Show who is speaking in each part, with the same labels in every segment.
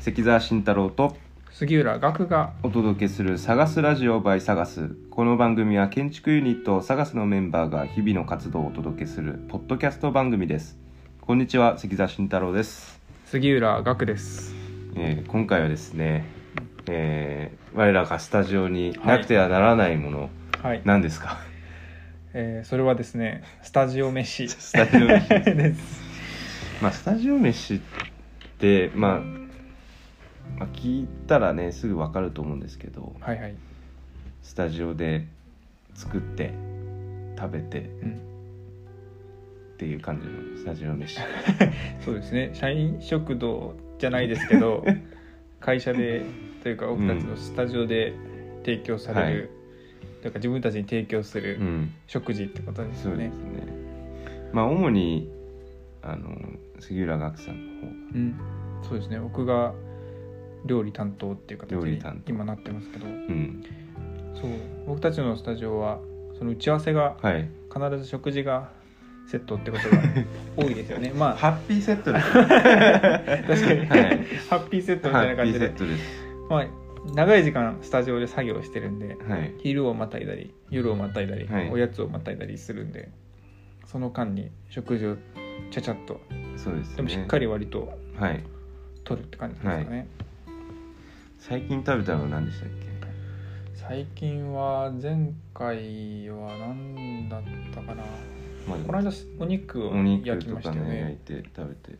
Speaker 1: 関澤慎太郎と
Speaker 2: 杉浦岳が
Speaker 1: お届けする「サガスラジオ by サガス」この番組は建築ユニットサガスのメンバーが日々の活動をお届けするポッドキャスト番組ですこんにちは関澤慎太郎です、
Speaker 2: 杉浦岳です
Speaker 1: えー今回はですね、えー我らがスタジオになくてはならないもの、
Speaker 2: はい、
Speaker 1: なんですか
Speaker 2: えーそれはですねスタジオ飯
Speaker 1: スタジオ飯です
Speaker 2: です
Speaker 1: まあスタジオ飯ってまあまあ聞いたらねすぐわかると思うんですけど
Speaker 2: はいはい、
Speaker 1: スタジオで作って食べて
Speaker 2: うん、
Speaker 1: っていう感じのスタジオ飯
Speaker 2: そうですね社員食堂じゃないですけ ど会社でというか僕たちのスタジオで提供される、というか自分たちに提供す
Speaker 1: う
Speaker 2: る
Speaker 1: ん
Speaker 2: 食事ってことです
Speaker 1: そ
Speaker 2: よ
Speaker 1: うで
Speaker 2: ね
Speaker 1: す、ねまあ主にあの杉浦岳さんの方
Speaker 2: うん、そうですね僕が料理担当っていう形
Speaker 1: 料理
Speaker 2: に
Speaker 1: 担当
Speaker 2: 今なってますけど
Speaker 1: うん
Speaker 2: そう僕たちのスタジオはその打ち合わせが
Speaker 1: はい
Speaker 2: 必ず食事がセットってこ とが多いですよねまあ
Speaker 1: ハッピーセットです
Speaker 2: 確かに、
Speaker 1: はい
Speaker 2: ハッピーセットみ
Speaker 1: ハ
Speaker 2: たいな
Speaker 1: ッピー
Speaker 2: 感じ
Speaker 1: セ
Speaker 2: で
Speaker 1: ッ、トです
Speaker 2: まあ、長い時間スタジオで作業してるんで
Speaker 1: はい
Speaker 2: 昼をまたいだり夜をまたいだり、
Speaker 1: はい
Speaker 2: おやつをまたいだりするんでその間に食事をちゃちゃっと
Speaker 1: そうですね
Speaker 2: でもしっかり割と
Speaker 1: はい
Speaker 2: 取るって感じですかね、
Speaker 1: 最近食べたのは何でしたっ
Speaker 2: 最近は前回は何だったかな
Speaker 1: け、まあ
Speaker 2: この間お肉を
Speaker 1: お肉
Speaker 2: 焼き
Speaker 1: と
Speaker 2: まし
Speaker 1: か
Speaker 2: たよ
Speaker 1: ね
Speaker 2: ね
Speaker 1: 焼いて食べて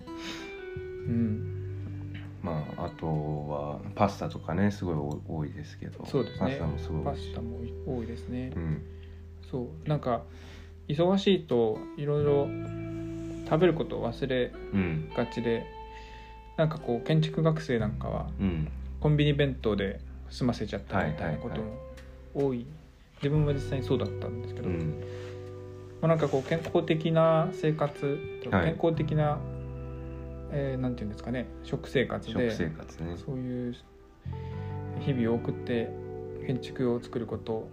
Speaker 2: うん
Speaker 1: まああとはパスタとかねすごい多多いですけど
Speaker 2: そうです
Speaker 1: パ
Speaker 2: ね
Speaker 1: スタもすごい美
Speaker 2: パ
Speaker 1: 味し
Speaker 2: ス
Speaker 1: い
Speaker 2: タも多いですね、
Speaker 1: うん
Speaker 2: そうなんか忙しいといろいろ食べることを忘れ
Speaker 1: うん
Speaker 2: がちでなんかこう建築学生なんかは
Speaker 1: うん
Speaker 2: コンビニ弁当で済ませちゃったみたいなことも多い自分も実際にそうだったんですけ
Speaker 1: う
Speaker 2: ど、ま
Speaker 1: ん
Speaker 2: あ、なんかこう健康的な生活とか
Speaker 1: はい
Speaker 2: 健康的な、えーなんていうんですかね食生活
Speaker 1: 食
Speaker 2: で
Speaker 1: 生活ね
Speaker 2: そういう日々を送って建築を作ること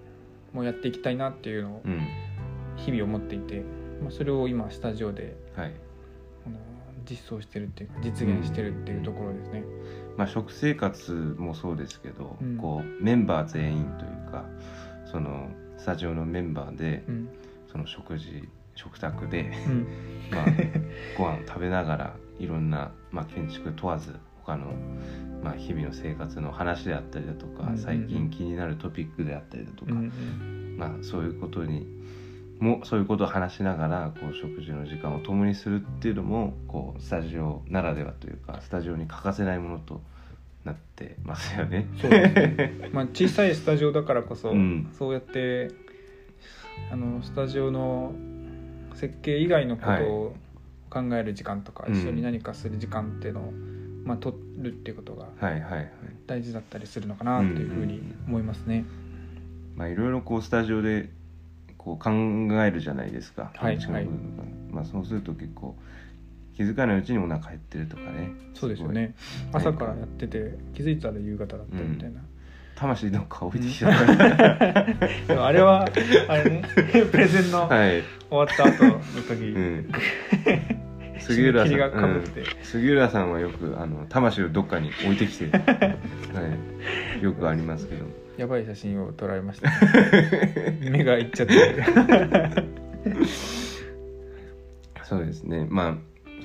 Speaker 2: もやっていきたいなっていうのを
Speaker 1: うん
Speaker 2: 日々を持っていて、まあ、それを今スタジオで
Speaker 1: はい
Speaker 2: あの実装してるっていうか実現してるっていうところですね。
Speaker 1: まあ食生活もそうですけど、
Speaker 2: うん
Speaker 1: こうメンバー全員というかそのスタジオのメンバーで
Speaker 2: うん、
Speaker 1: その食事食卓 で、
Speaker 2: うん、
Speaker 1: まあ、ご飯を食べながらいろんな、まあ、建築問わず他の、まあ、日々の生活の話であったりだと
Speaker 2: うんうん
Speaker 1: か
Speaker 2: うん
Speaker 1: 最近気になるトピックであったりだとか、
Speaker 2: うん、
Speaker 1: まあ、そういうことにもそういうことを話しながらこう食事の時間を共にするっていうのもこうスタジオならではというかスタジオに欠かせないものとなってますよね。
Speaker 2: そうですね。 まあ小さいスタジオだからこそ、
Speaker 1: うん
Speaker 2: そうやってあのスタジオの設計以外のことを考える時間とか、
Speaker 1: うん
Speaker 2: 一緒に何かする時間っていうのを、まあ取るっていうことが
Speaker 1: はいはいはい
Speaker 2: 大事だったりするのかなっていうふうに思いますね。
Speaker 1: まあ、いろいろこうスタジオでこう考えるじゃないですか、
Speaker 2: はい
Speaker 1: 建築のこととかまあ、そうすると結構気づかないうちにお腹減ってるとかね
Speaker 2: そうですよね。
Speaker 1: はい
Speaker 2: 朝からやってて気づいたら夕方だったみたいな。
Speaker 1: すごい魂どっか置いてきちゃった、
Speaker 2: で もあれはあれ ねプレゼン の終
Speaker 1: はい、
Speaker 2: わった後の時、
Speaker 1: うん、杉
Speaker 2: 締め
Speaker 1: 浦
Speaker 2: 切
Speaker 1: さ
Speaker 2: り
Speaker 1: ん
Speaker 2: がかぶって、
Speaker 1: うん杉浦さんはよくあの魂をどっかに置いてきて、 はい、よくありますけど
Speaker 2: やばい写真を撮られました 目がいっちゃって
Speaker 1: そうですねまあ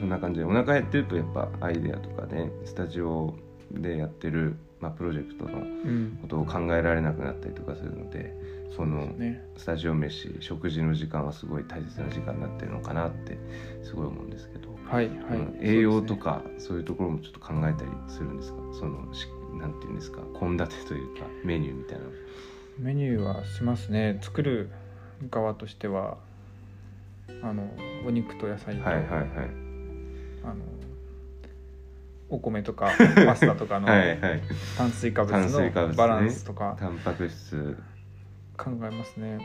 Speaker 1: そんな感じでお腹減ってるとやっぱアイデアとかねスタジオでやってる、まあ、プロジェクトの
Speaker 2: うん
Speaker 1: ことを考えられなくなったりとかするのでその
Speaker 2: ね
Speaker 1: スタジオ飯食事の時間はすごい大切な時間になってるのかなってすごい思うんですけど、
Speaker 2: はいはい、
Speaker 1: うん栄養とかそういうところもちょっと考えたりするんですかそのしなんていうんですか献立というかメニューみたいなの
Speaker 2: そうですねメニューはしますね作る側としてはあのお肉と野菜と、
Speaker 1: はいはい
Speaker 2: あのお米と かパスタとかの
Speaker 1: はいはいはい
Speaker 2: 炭水化
Speaker 1: 炭
Speaker 2: 物
Speaker 1: 水化物
Speaker 2: の
Speaker 1: ね
Speaker 2: バランスとか
Speaker 1: タンパク質
Speaker 2: 考えますね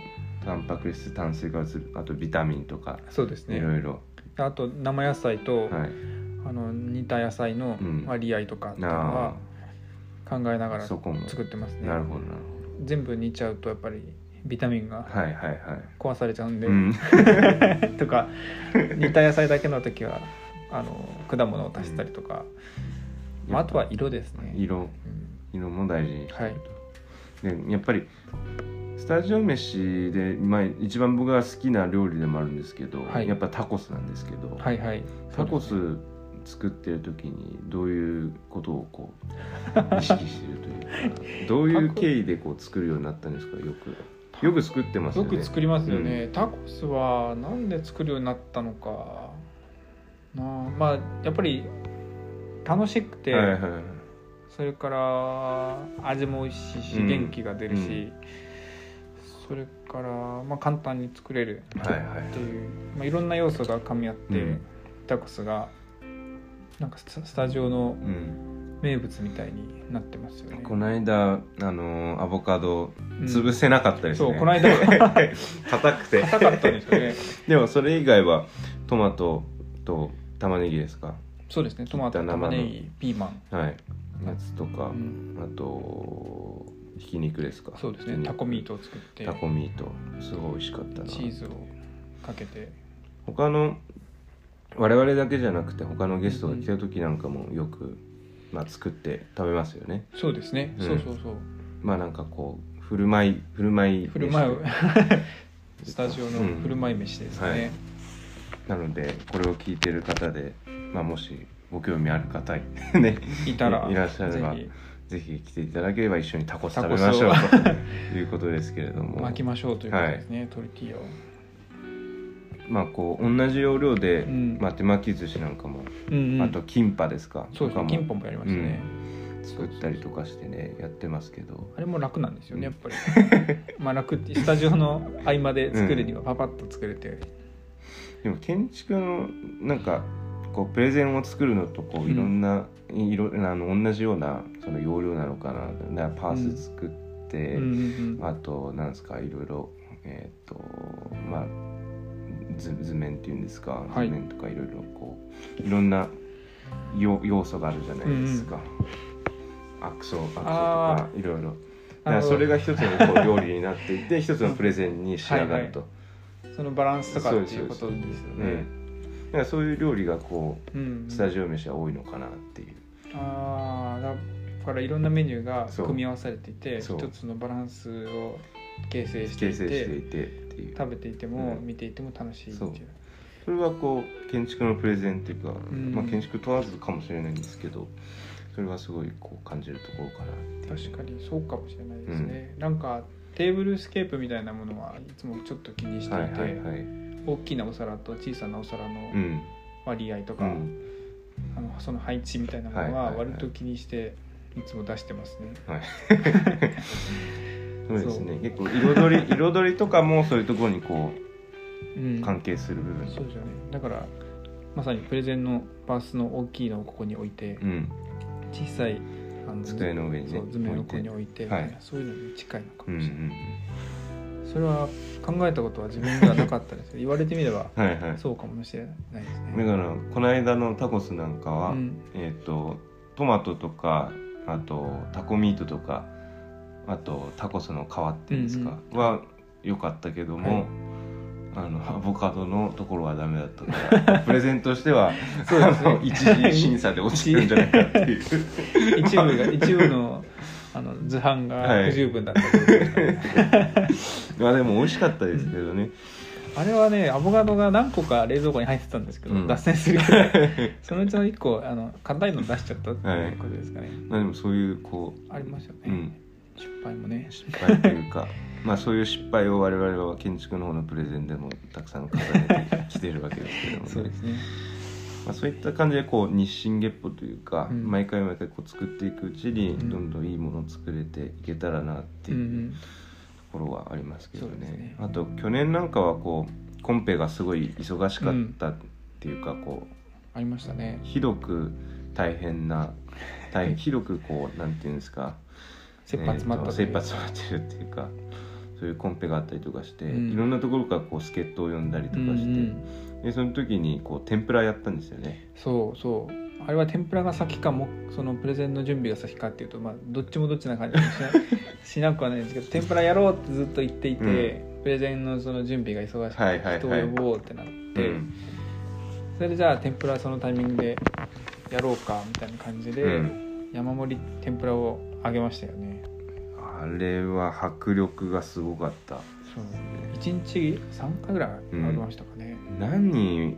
Speaker 1: タンパク質炭水化物あとビタミンとか
Speaker 2: そうです
Speaker 1: い
Speaker 2: ね
Speaker 1: ろいろ、
Speaker 2: あと生野菜と、
Speaker 1: はい
Speaker 2: あの煮た野菜の
Speaker 1: うん
Speaker 2: 割合とかっていうの
Speaker 1: あ
Speaker 2: は考えなが
Speaker 1: あ
Speaker 2: ら
Speaker 1: そこも
Speaker 2: 作ってますね
Speaker 1: なるほどなる
Speaker 2: 全部煮ちゃうとやっぱりビタミンが
Speaker 1: ほどはいはいはい
Speaker 2: 壊されちゃうんで、
Speaker 1: うん
Speaker 2: とか煮た野菜だけの時はあの果物を足したりとか、まあ、あとは色ですね、
Speaker 1: 色
Speaker 2: うん
Speaker 1: 色も大事にして
Speaker 2: はい
Speaker 1: ると、でやっぱりスタジオ飯で、まあ、一番僕が好きな料理でもあるんですけど、
Speaker 2: はい
Speaker 1: やっぱタコスなんですけど、
Speaker 2: はいはい
Speaker 1: タコス
Speaker 2: そうで
Speaker 1: 作ってる時にどういうことをこ う意識してるというかどういう経緯でこう作るようになったんですかよくよく作ってます
Speaker 2: すね
Speaker 1: よね
Speaker 2: よく作りますよね、タコスはなんで作るようになったのかなあまあやっぱり楽しくて、
Speaker 1: はいはいはい
Speaker 2: それから味も美味しいし
Speaker 1: うん
Speaker 2: 元気が出るし、
Speaker 1: うん
Speaker 2: それから、まあ、簡単に作れる
Speaker 1: はいはい
Speaker 2: っていう、まあ、いろんな要素が噛み合って、
Speaker 1: うん
Speaker 2: タコスがなんかススタジオの
Speaker 1: うん、
Speaker 2: 名物みたいになってますよね。
Speaker 1: この間あのーアボカド
Speaker 2: うん
Speaker 1: 潰せなかったですね、
Speaker 2: そうこの 間硬
Speaker 1: 硬くて
Speaker 2: かったんですよね。
Speaker 1: でもそれ以外はトマトと玉ねぎですか
Speaker 2: そうですね。トマト、
Speaker 1: 切った生の
Speaker 2: 玉ねぎ、ピーマン、
Speaker 1: はいやつと
Speaker 2: う
Speaker 1: か、
Speaker 2: ん
Speaker 1: あとひき肉ですか
Speaker 2: そうです
Speaker 1: ひき
Speaker 2: ね。
Speaker 1: 肉
Speaker 2: タコミートを作って
Speaker 1: タコミートすごい美味しかったな
Speaker 2: チーズをかけて、
Speaker 1: 他の我々だけじゃなくて他のゲストが来た時なんかもよく、まあ、作って食べますよね
Speaker 2: そうですね。
Speaker 1: うん
Speaker 2: そうそうそう。
Speaker 1: まあなんかこう振る舞い振る舞い
Speaker 2: 振る舞う
Speaker 1: でし
Speaker 2: スタジオの
Speaker 1: うん
Speaker 2: 振る舞い飯ですね。
Speaker 1: はいたなのでこれを聞いてる方で、まあ、もしご興味ある方 いね
Speaker 2: いたら
Speaker 1: いらっしゃれば
Speaker 2: ぜ
Speaker 1: ぜひ来ていただければ一緒にタコス
Speaker 2: タ
Speaker 1: 食
Speaker 2: コ
Speaker 1: べ
Speaker 2: ス
Speaker 1: ましょ
Speaker 2: を
Speaker 1: うということですけれど
Speaker 2: ひ
Speaker 1: も
Speaker 2: 巻きましょうということですね、トルティーヤを、
Speaker 1: まあこう同じ要領で、
Speaker 2: うん
Speaker 1: まあ、手巻き寿司なんかも、
Speaker 2: うんうん
Speaker 1: あとキンパですか
Speaker 2: そうで
Speaker 1: と
Speaker 2: す
Speaker 1: か
Speaker 2: ね
Speaker 1: も
Speaker 2: 金本もやりましたね、
Speaker 1: 作ったりとかしてねやってますけど
Speaker 2: あれも楽なんですよねやっぱり まあ楽ってスタジオの合間で作るにはパパッと作れて、
Speaker 1: でも建築のなんかこうプレゼンを作るのとこ
Speaker 2: うん
Speaker 1: ういろんな、いろあの同じようなその要領なのかなだからパース作って、
Speaker 2: うんうんうん
Speaker 1: あとなんですかいろいろえっ、とまあ図図面っていうんですか、
Speaker 2: はい
Speaker 1: 図面とかいろいろこういろんな要要素があるじゃないですか、アクションアクションとか
Speaker 2: あ
Speaker 1: いろいろだ
Speaker 2: あ
Speaker 1: か
Speaker 2: の
Speaker 1: らそれが一つのこう料理になっていて一つのプレゼンに仕上がると、
Speaker 2: そのバランスとか
Speaker 1: そう
Speaker 2: っ
Speaker 1: です
Speaker 2: ていうことですよ
Speaker 1: ね
Speaker 2: ね、
Speaker 1: だからそういう料理がこう
Speaker 2: うん
Speaker 1: スタジオ飯は多いのかなっていう、
Speaker 2: ああだからいろんなメニューが
Speaker 1: そう
Speaker 2: 組み合わされていて
Speaker 1: そう
Speaker 2: 一つのバランスを形成して
Speaker 1: 形
Speaker 2: い
Speaker 1: 成して
Speaker 2: て
Speaker 1: いてっていう
Speaker 2: 食べていても、
Speaker 1: うん
Speaker 2: 見ていても楽しいってい
Speaker 1: そう
Speaker 2: う
Speaker 1: それはこう建築のプレゼンっていうか、
Speaker 2: ん
Speaker 1: まあ、建築問わずかもしれないんですけどそれはすごいこう感じるところかなっていう
Speaker 2: 確かにそうかもしれないですね、なんかテーブルスケープみたいなものはいつもちょっと気にしてい
Speaker 1: は
Speaker 2: て、
Speaker 1: いはいはい
Speaker 2: 大きなお皿と小さなお皿の
Speaker 1: うん
Speaker 2: 割合と
Speaker 1: う
Speaker 2: か、
Speaker 1: ん
Speaker 2: あのその配置みたいなものは
Speaker 1: はいはいはい
Speaker 2: 割と気にしていつも出してますね、
Speaker 1: はいそうですね
Speaker 2: そう
Speaker 1: 結構彩り 彩りとかもそういうところにこ
Speaker 2: うん
Speaker 1: う関係する部分
Speaker 2: そうですよねだからまさにプレゼンのバースの大きいのをここに置いて、
Speaker 1: うん
Speaker 2: 小さいあの
Speaker 1: 机の上にね
Speaker 2: そう図面のここに置いてみたいな
Speaker 1: はい
Speaker 2: そういうのに近いのか
Speaker 1: うんう
Speaker 2: も
Speaker 1: ん
Speaker 2: しれない、それは考えたことは自分ではなかったですけど 言われてみれば
Speaker 1: うんはいはい
Speaker 2: そうかもしれないですね
Speaker 1: だからこの間のタコスなんかは、
Speaker 2: うん
Speaker 1: えっ、とトマトとかあとタコミートとかあとタコスの皮っていうんですか、は良かったけども、あのアボカドのところはダメだったから プレゼントしては、
Speaker 2: そうですね
Speaker 1: あの一時審査で落ちるんじゃないかって いう
Speaker 2: 一 部が一部のあの図版
Speaker 1: は
Speaker 2: が
Speaker 1: い
Speaker 2: 不十分だったというか、
Speaker 1: まあでも美味しかったですけどね、
Speaker 2: あれはねアボカドが何個か冷蔵庫に入ってたんですけど、
Speaker 1: うん
Speaker 2: 脱線するけど そのうちの1個あの硬いの出しちゃったっていうことですかね、
Speaker 1: まあでもそういうこ
Speaker 2: ありますよね、
Speaker 1: う、うん、
Speaker 2: 失敗もね
Speaker 1: 失敗というか まあそういう失敗を我々は建築の方のプレゼンでもたくさん重ねてきているわけですけども、ね、
Speaker 2: そうですね
Speaker 1: まあ、そういった感じでこう日進月歩というか、
Speaker 2: うん
Speaker 1: 毎回毎回こう作っていくうちに
Speaker 2: うん
Speaker 1: どんどんいいものを作れていけたらなって
Speaker 2: うんう
Speaker 1: いうんところはありますけどね,、
Speaker 2: そうですね
Speaker 1: あと去年なんかはこうコンペがすごい忙しかったっていうか、こ
Speaker 2: ありましたね
Speaker 1: うひどく大変な大 変ひどくこうなんていうんですか
Speaker 2: 切羽詰まったとい
Speaker 1: え
Speaker 2: う
Speaker 1: ーと切羽詰まってるっていうかそういうコンペがあったりとかして、
Speaker 2: うん
Speaker 1: いろんなところからこう助っ人を呼んだりとかして、
Speaker 2: うんうん
Speaker 1: でその時にこう天ぷらやったんですよね。
Speaker 2: そうそうあれは天ぷらが先かもそのプレゼンの準備が先かっていうと、まあ、どっちもどっちな感じもし なしなくはないんですけど天ぷらやろうってずっと言っていて、プレゼンのその準備が忙し
Speaker 1: はいはいはい
Speaker 2: くて人を呼ぼうってなって、
Speaker 1: うん
Speaker 2: それでじゃあ天ぷらそのタイミングでやろうかみたいな感じで、
Speaker 1: うん
Speaker 2: 山盛り天ぷらをあげましたよね
Speaker 1: あれは迫力がすごかった
Speaker 2: そう1日3回ぐらいあげましたかね、
Speaker 1: 何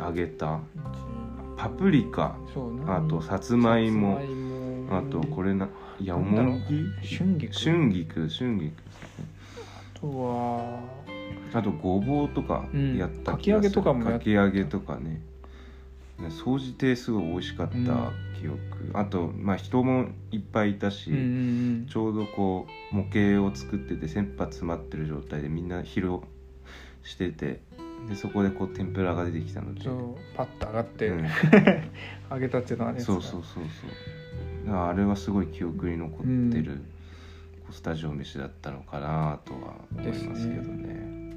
Speaker 1: あげたパプリカ
Speaker 2: そうなん
Speaker 1: あとさつまいも
Speaker 2: さつま
Speaker 1: あとこれなやお
Speaker 2: なんだろ
Speaker 1: も
Speaker 2: う
Speaker 1: ぎ
Speaker 2: 春菊
Speaker 1: 春菊春菊
Speaker 2: あとは
Speaker 1: あとごぼうとか
Speaker 2: うん
Speaker 1: やった
Speaker 2: かき揚げとかもや
Speaker 1: や
Speaker 2: っ
Speaker 1: かき揚げとかねね総じてすごい美味しかった記憶、あとまあ人もいっぱいいたし、
Speaker 2: うんうん
Speaker 1: ちょうどこう模型を作ってて切羽詰まってる状態でみんな疲労しててでそこでこう天ぷらが出てきたの
Speaker 2: う
Speaker 1: で
Speaker 2: んそうパッと上がって、
Speaker 1: うん
Speaker 2: 揚げたっていうのはね
Speaker 1: そうそうそうそうだからあれはすごい記憶に残ってる、
Speaker 2: う
Speaker 1: こうスタジオ飯だったのかなとは思いますけ
Speaker 2: で
Speaker 1: ど
Speaker 2: す
Speaker 1: ね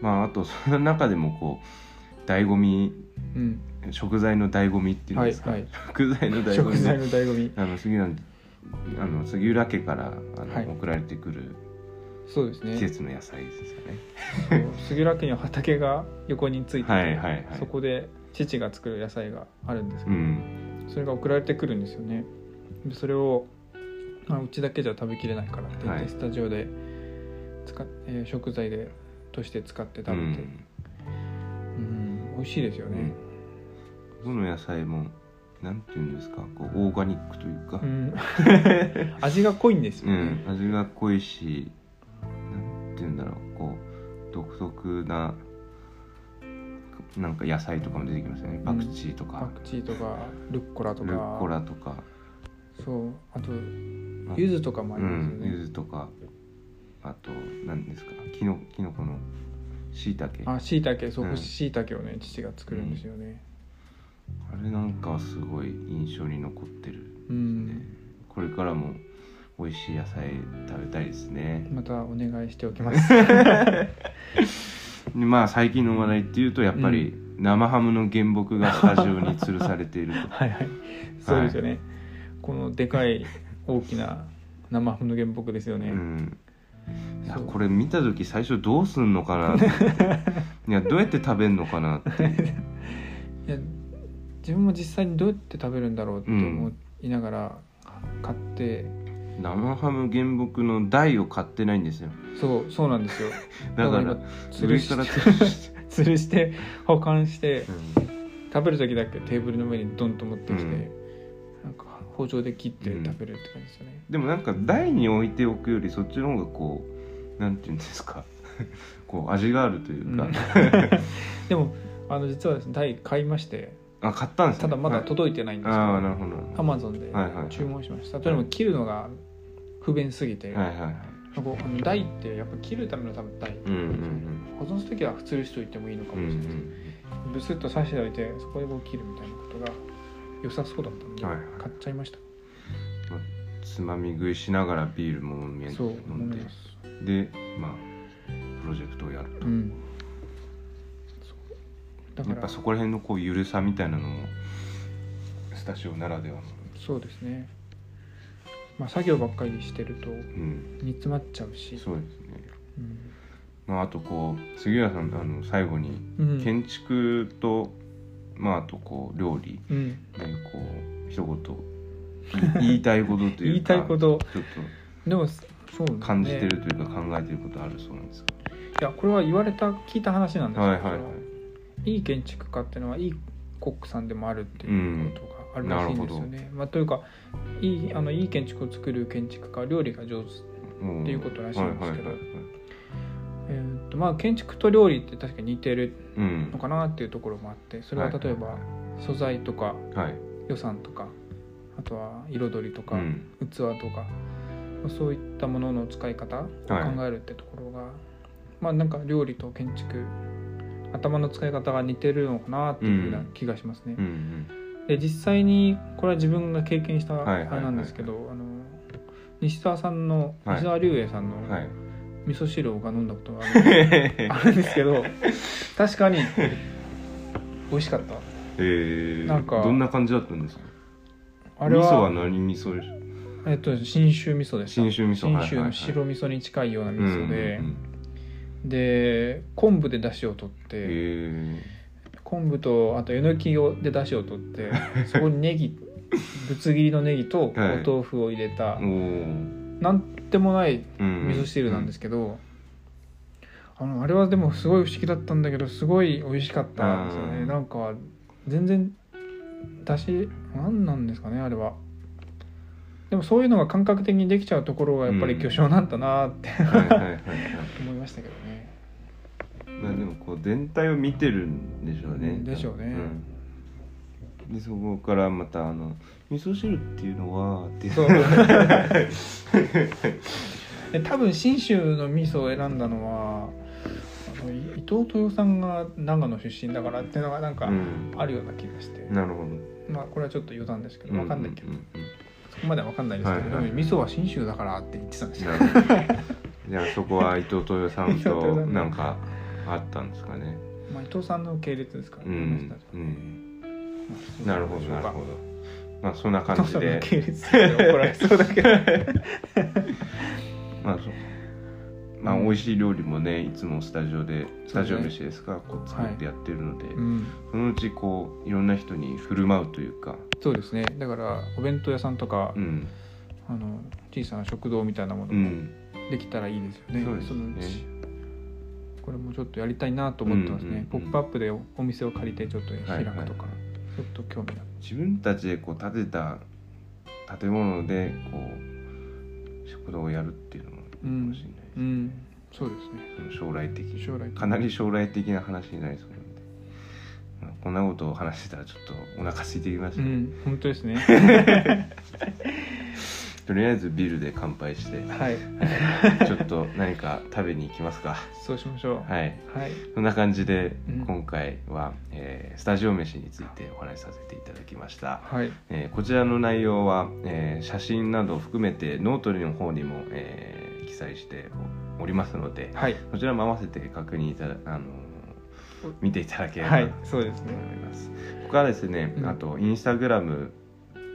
Speaker 1: まああとその中でもこう醍醐味
Speaker 2: うん、
Speaker 1: 食材の醍醐味っていうん
Speaker 2: は
Speaker 1: で
Speaker 2: い
Speaker 1: すか、
Speaker 2: はい
Speaker 1: 食材の醍醐
Speaker 2: 食
Speaker 1: 味
Speaker 2: 材の醍醐味
Speaker 1: あの杉浦あの杉浦家からあの、
Speaker 2: はい
Speaker 1: 送られてくる
Speaker 2: そうです
Speaker 1: 季
Speaker 2: ね
Speaker 1: 節の野菜ですかね
Speaker 2: そう杉浦家には畑が横についてて、
Speaker 1: はいはいはい
Speaker 2: そこで父が作る野菜があるんですけ
Speaker 1: う
Speaker 2: ど、
Speaker 1: ん
Speaker 2: それが送られてくるんですよねでそれを、まあ、うちだけじゃ食べきれないからって言って
Speaker 1: はい
Speaker 2: スタジオで使っ、えー食材でとして使って食べて、
Speaker 1: う
Speaker 2: うん
Speaker 1: ん
Speaker 2: 美味しいですよね、
Speaker 1: どの野菜もなんていうんですかこうオーガニックというか
Speaker 2: うん 味が濃いんですよ
Speaker 1: う
Speaker 2: ね、
Speaker 1: ん、味が濃いしなんて言うんだろうこう独特ななんか野菜とかも出てきますよねパクチーと
Speaker 2: パ
Speaker 1: か、
Speaker 2: クチーとかルッコラとか
Speaker 1: ルッコラとか
Speaker 2: そうあと
Speaker 1: あ
Speaker 2: 柚子とかもあ
Speaker 1: う
Speaker 2: りますよ
Speaker 1: ん
Speaker 2: ね、
Speaker 1: 柚子とかあと何ですかきのきのこのしいたけあ
Speaker 2: あ、椎茸、そうう、
Speaker 1: ん
Speaker 2: 椎茸をね、父が作るんですよね。
Speaker 1: れなんかはすごい印象に残ってる
Speaker 2: う
Speaker 1: ね、
Speaker 2: ん、
Speaker 1: これからも美味しい野菜食べたいですね
Speaker 2: またお願いしておきます。
Speaker 1: でまあ最近の話題っていうとやっぱり生ハムの原木がスタジオに吊るされていると
Speaker 2: はいはい。そうですよね。このでかい、大きな生ハムの原木です よね。
Speaker 1: うん、いや
Speaker 2: そう
Speaker 1: これ見た時最初どうすんのかな っていやどうやって食べんのかなって
Speaker 2: いや、自分も実際にどうやって食べるんだろうって思いながら、買って。
Speaker 1: 生ハム原木の台を買ってないんですよ
Speaker 2: そう、そうなんですよ。
Speaker 1: だから
Speaker 2: 今吊
Speaker 1: 上
Speaker 2: るし
Speaker 1: から
Speaker 2: て、
Speaker 1: 吊るして、
Speaker 2: 吊るして、保管して
Speaker 1: う、ん
Speaker 2: 食べる時だけテーブルの上にドンと持ってきて。
Speaker 1: うん
Speaker 2: なんか包丁で切って食べるって感じですよね。
Speaker 1: でもなんか台に置いておくよりそっちの方がこうなんていうんです かこう味があるというか、
Speaker 2: うん でもあの実はですね台買いまして
Speaker 1: あ買ったんです、ね、
Speaker 2: ただまだ
Speaker 1: はい
Speaker 2: 届いてないんですけど、
Speaker 1: ああなるほどなるほ
Speaker 2: アマゾンで
Speaker 1: はいはいはい
Speaker 2: 注文しました、とにかく切るのが不便すぎて、
Speaker 1: どはいはいはい
Speaker 2: なんかあの台ってやっぱ切るための多分台、
Speaker 1: うんうん
Speaker 2: 保存する時は普通にしといてもいいのか
Speaker 1: うんう
Speaker 2: もしれない、
Speaker 1: ん
Speaker 2: ブスッと刺しておいてそこでこう切るみたいなことが良さそうだったんで、
Speaker 1: はいはい
Speaker 2: 買っちゃいました
Speaker 1: つまみ食いしながらビールも飲み
Speaker 2: そう
Speaker 1: 飲
Speaker 2: 思
Speaker 1: ん
Speaker 2: い
Speaker 1: で
Speaker 2: ます、
Speaker 1: でまあプロジェクトをやると
Speaker 2: うんそうだ
Speaker 1: や
Speaker 2: か
Speaker 1: っぱ
Speaker 2: ら
Speaker 1: そこら辺のこうゆるさみたいなのもスタジオならではの、
Speaker 2: そうですねまあ作業ばっかりしてると
Speaker 1: うん、
Speaker 2: 煮詰まっちゃうし
Speaker 1: そうですね、
Speaker 2: うん
Speaker 1: まあ、あとこう杉浦さんあの最後に
Speaker 2: うん
Speaker 1: 建築と、まああとこう料理
Speaker 2: うん、
Speaker 1: でこう一言い言いたいことと
Speaker 2: 言
Speaker 1: いう
Speaker 2: い
Speaker 1: か
Speaker 2: たいこと
Speaker 1: ちょっ
Speaker 2: でもそうね
Speaker 1: と感じてるというか考えてることあるそうなんですか、
Speaker 2: いやこれは言われた聞いた話なんですけど、
Speaker 1: はいはいはい
Speaker 2: いい建築家っていうのはいいコックさんでもあるっていうことがあるらしいんですよね、まあ、というかいいあのいい建築を作る建築家は料理が上手、
Speaker 1: ん
Speaker 2: っていうことらしいんです
Speaker 1: はいは
Speaker 2: けど
Speaker 1: いはいはい
Speaker 2: えーっとまあ、建築と料理って確かに似てる
Speaker 1: うん
Speaker 2: のかなっていうところもあってそれは例えば
Speaker 1: は
Speaker 2: 素材とか
Speaker 1: はい、
Speaker 2: 予算とかあとは彩りと
Speaker 1: う
Speaker 2: か、
Speaker 1: ん、
Speaker 2: 器とかまあそういったものの使い方を考えるってところが、まあなんか料理と建築頭の使い方が似てるのかなっていうふうな気がしますね。
Speaker 1: うんうん
Speaker 2: で実際にこれは自分が経験したあ
Speaker 1: はいはい
Speaker 2: れなんですけど、あの西澤さんの
Speaker 1: はい
Speaker 2: 西澤龍英さんの
Speaker 1: はい
Speaker 2: 味噌汁を僕は飲んだことがあ る,、あるんですけど確かに美味しかった。
Speaker 1: えー、
Speaker 2: なんか
Speaker 1: どんな感じだったんですか
Speaker 2: あれは
Speaker 1: 味噌は何味噌でしょう
Speaker 2: えっと信州味噌でした
Speaker 1: 信州味噌
Speaker 2: 信州の白味噌に近いような味噌で。
Speaker 1: うんうんうん
Speaker 2: で昆布で出汁を取って、
Speaker 1: へえ
Speaker 2: 昆布とあとえのきをで出汁を 取ってそこにネギぶつ切りのネギとお
Speaker 1: はい
Speaker 2: 豆腐を入れた、
Speaker 1: おー
Speaker 2: なんでもない
Speaker 1: うん
Speaker 2: 味噌汁なんですすけど、あのあれはでもすごい不思議だったんだけどすごい美味しかったんですよ
Speaker 1: う
Speaker 2: ね
Speaker 1: ん
Speaker 2: なんか全然だし何なんですかねあれはでもそういうのが感覚的にできちゃうところがやっぱり巨匠なんだなって、
Speaker 1: はいはいはいはい
Speaker 2: 思いましたけどね
Speaker 1: まあでもこう全体を見てるんでしょうね
Speaker 2: でしょうね、
Speaker 1: うんでそこからまたあの味噌汁っていうのはっていう
Speaker 2: そうで多分信州の味噌を選んだのはあのい伊藤豊さんが長野出身だからっていうのがなんか
Speaker 1: うん
Speaker 2: あるような気がして、
Speaker 1: なるほ
Speaker 2: まあこれはちょっと余談ですけど
Speaker 1: ど
Speaker 2: 分かんないけど、
Speaker 1: うううん
Speaker 2: そこまでは分かんないですけど、
Speaker 1: はいはい
Speaker 2: でも味噌は信州だからって言ってたんですよ
Speaker 1: なるほど じゃあそこは伊藤豊さん
Speaker 2: 伊藤豊さ
Speaker 1: と
Speaker 2: ん
Speaker 1: なんかあったんですかね
Speaker 2: まあ、伊藤さんの系列ですか
Speaker 1: う
Speaker 2: らね、こ
Speaker 1: ん
Speaker 2: の人たち、
Speaker 1: う
Speaker 2: は
Speaker 1: ん、
Speaker 2: まあそう
Speaker 1: なるほどなるほどまあそんな感
Speaker 2: そうでしょうか伊藤
Speaker 1: じ
Speaker 2: さんの
Speaker 1: で
Speaker 2: 系列で怒られそうだ けど
Speaker 1: まあそうまあ美味しい料理もねいつもスタジオでスタジオ飯ですかこう作ってやってるので、
Speaker 2: うん
Speaker 1: そのうちこういろんな人に振る舞うというか、
Speaker 2: そうですねだからお弁当屋さんとか、
Speaker 1: うん
Speaker 2: あの小さな食堂みたいなもの
Speaker 1: う
Speaker 2: も
Speaker 1: ん、
Speaker 2: できたらいいですよね、
Speaker 1: そうですね
Speaker 2: のうちこれもちょっとやりたいなと思ってますね、
Speaker 1: うんうんうん
Speaker 2: ポップアップでお店を借りてちょっと開くとか、
Speaker 1: はい
Speaker 2: ちょっと興味が
Speaker 1: 自分たちでこう建てた建物でこう食堂をやるっていうのもいいかもしれないです
Speaker 2: う
Speaker 1: ね、
Speaker 2: んそうですね
Speaker 1: その将来的に
Speaker 2: 将来的に
Speaker 1: かなり将来的な話になりそうなので、まあこんなことを話してたらちょっとお腹空いてきまし
Speaker 2: う
Speaker 1: たね、
Speaker 2: ん本当ですね
Speaker 1: とりあえずビールで乾杯して
Speaker 2: はい
Speaker 1: ちょっと何か食べに行きますか
Speaker 2: そうしましょう
Speaker 1: はい
Speaker 2: はい、
Speaker 1: そんな感じで
Speaker 2: うん
Speaker 1: 今回は、えースタジオ飯についてお話しさせていただきました
Speaker 2: はい
Speaker 1: えーこちらの内容は、えー写真などを含めてノートの方にも、えー記載しておりますので
Speaker 2: はい、
Speaker 1: そちらも合わせて確認いただ、あのー見ていただければ
Speaker 2: は
Speaker 1: と
Speaker 2: い、そうですね。
Speaker 1: 思います。他はですね、
Speaker 2: うん
Speaker 1: あとインスタグラム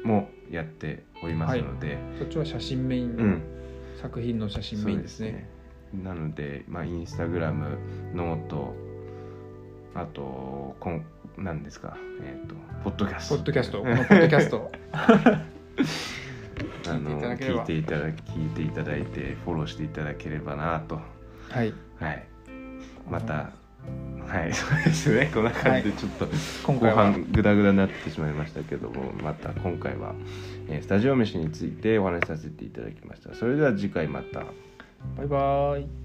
Speaker 1: もやっておりますので、
Speaker 2: そっちは写真メイ
Speaker 1: う
Speaker 2: ン、
Speaker 1: ん、
Speaker 2: 作品の写真メインですね。
Speaker 1: そうですねなので、まあ、インスタグラムノートあとこんなんですか、えー、とポッドキャス
Speaker 2: ポ
Speaker 1: ト
Speaker 2: ッドキャスト、このポッドキャスト、
Speaker 1: あの聞
Speaker 2: 聞
Speaker 1: い
Speaker 2: い
Speaker 1: て
Speaker 2: て
Speaker 1: いただ聞いていただいてフォローしていただければなと
Speaker 2: はい、
Speaker 1: はいまたはいそうですねこんな感じでちょっと
Speaker 2: 今
Speaker 1: 後
Speaker 2: 回は
Speaker 1: 半グダグダになってしまいましたけどもまた今回は、えースタジオ飯についてお話しさせていただきましたそれでは次回また
Speaker 2: バイバーイ。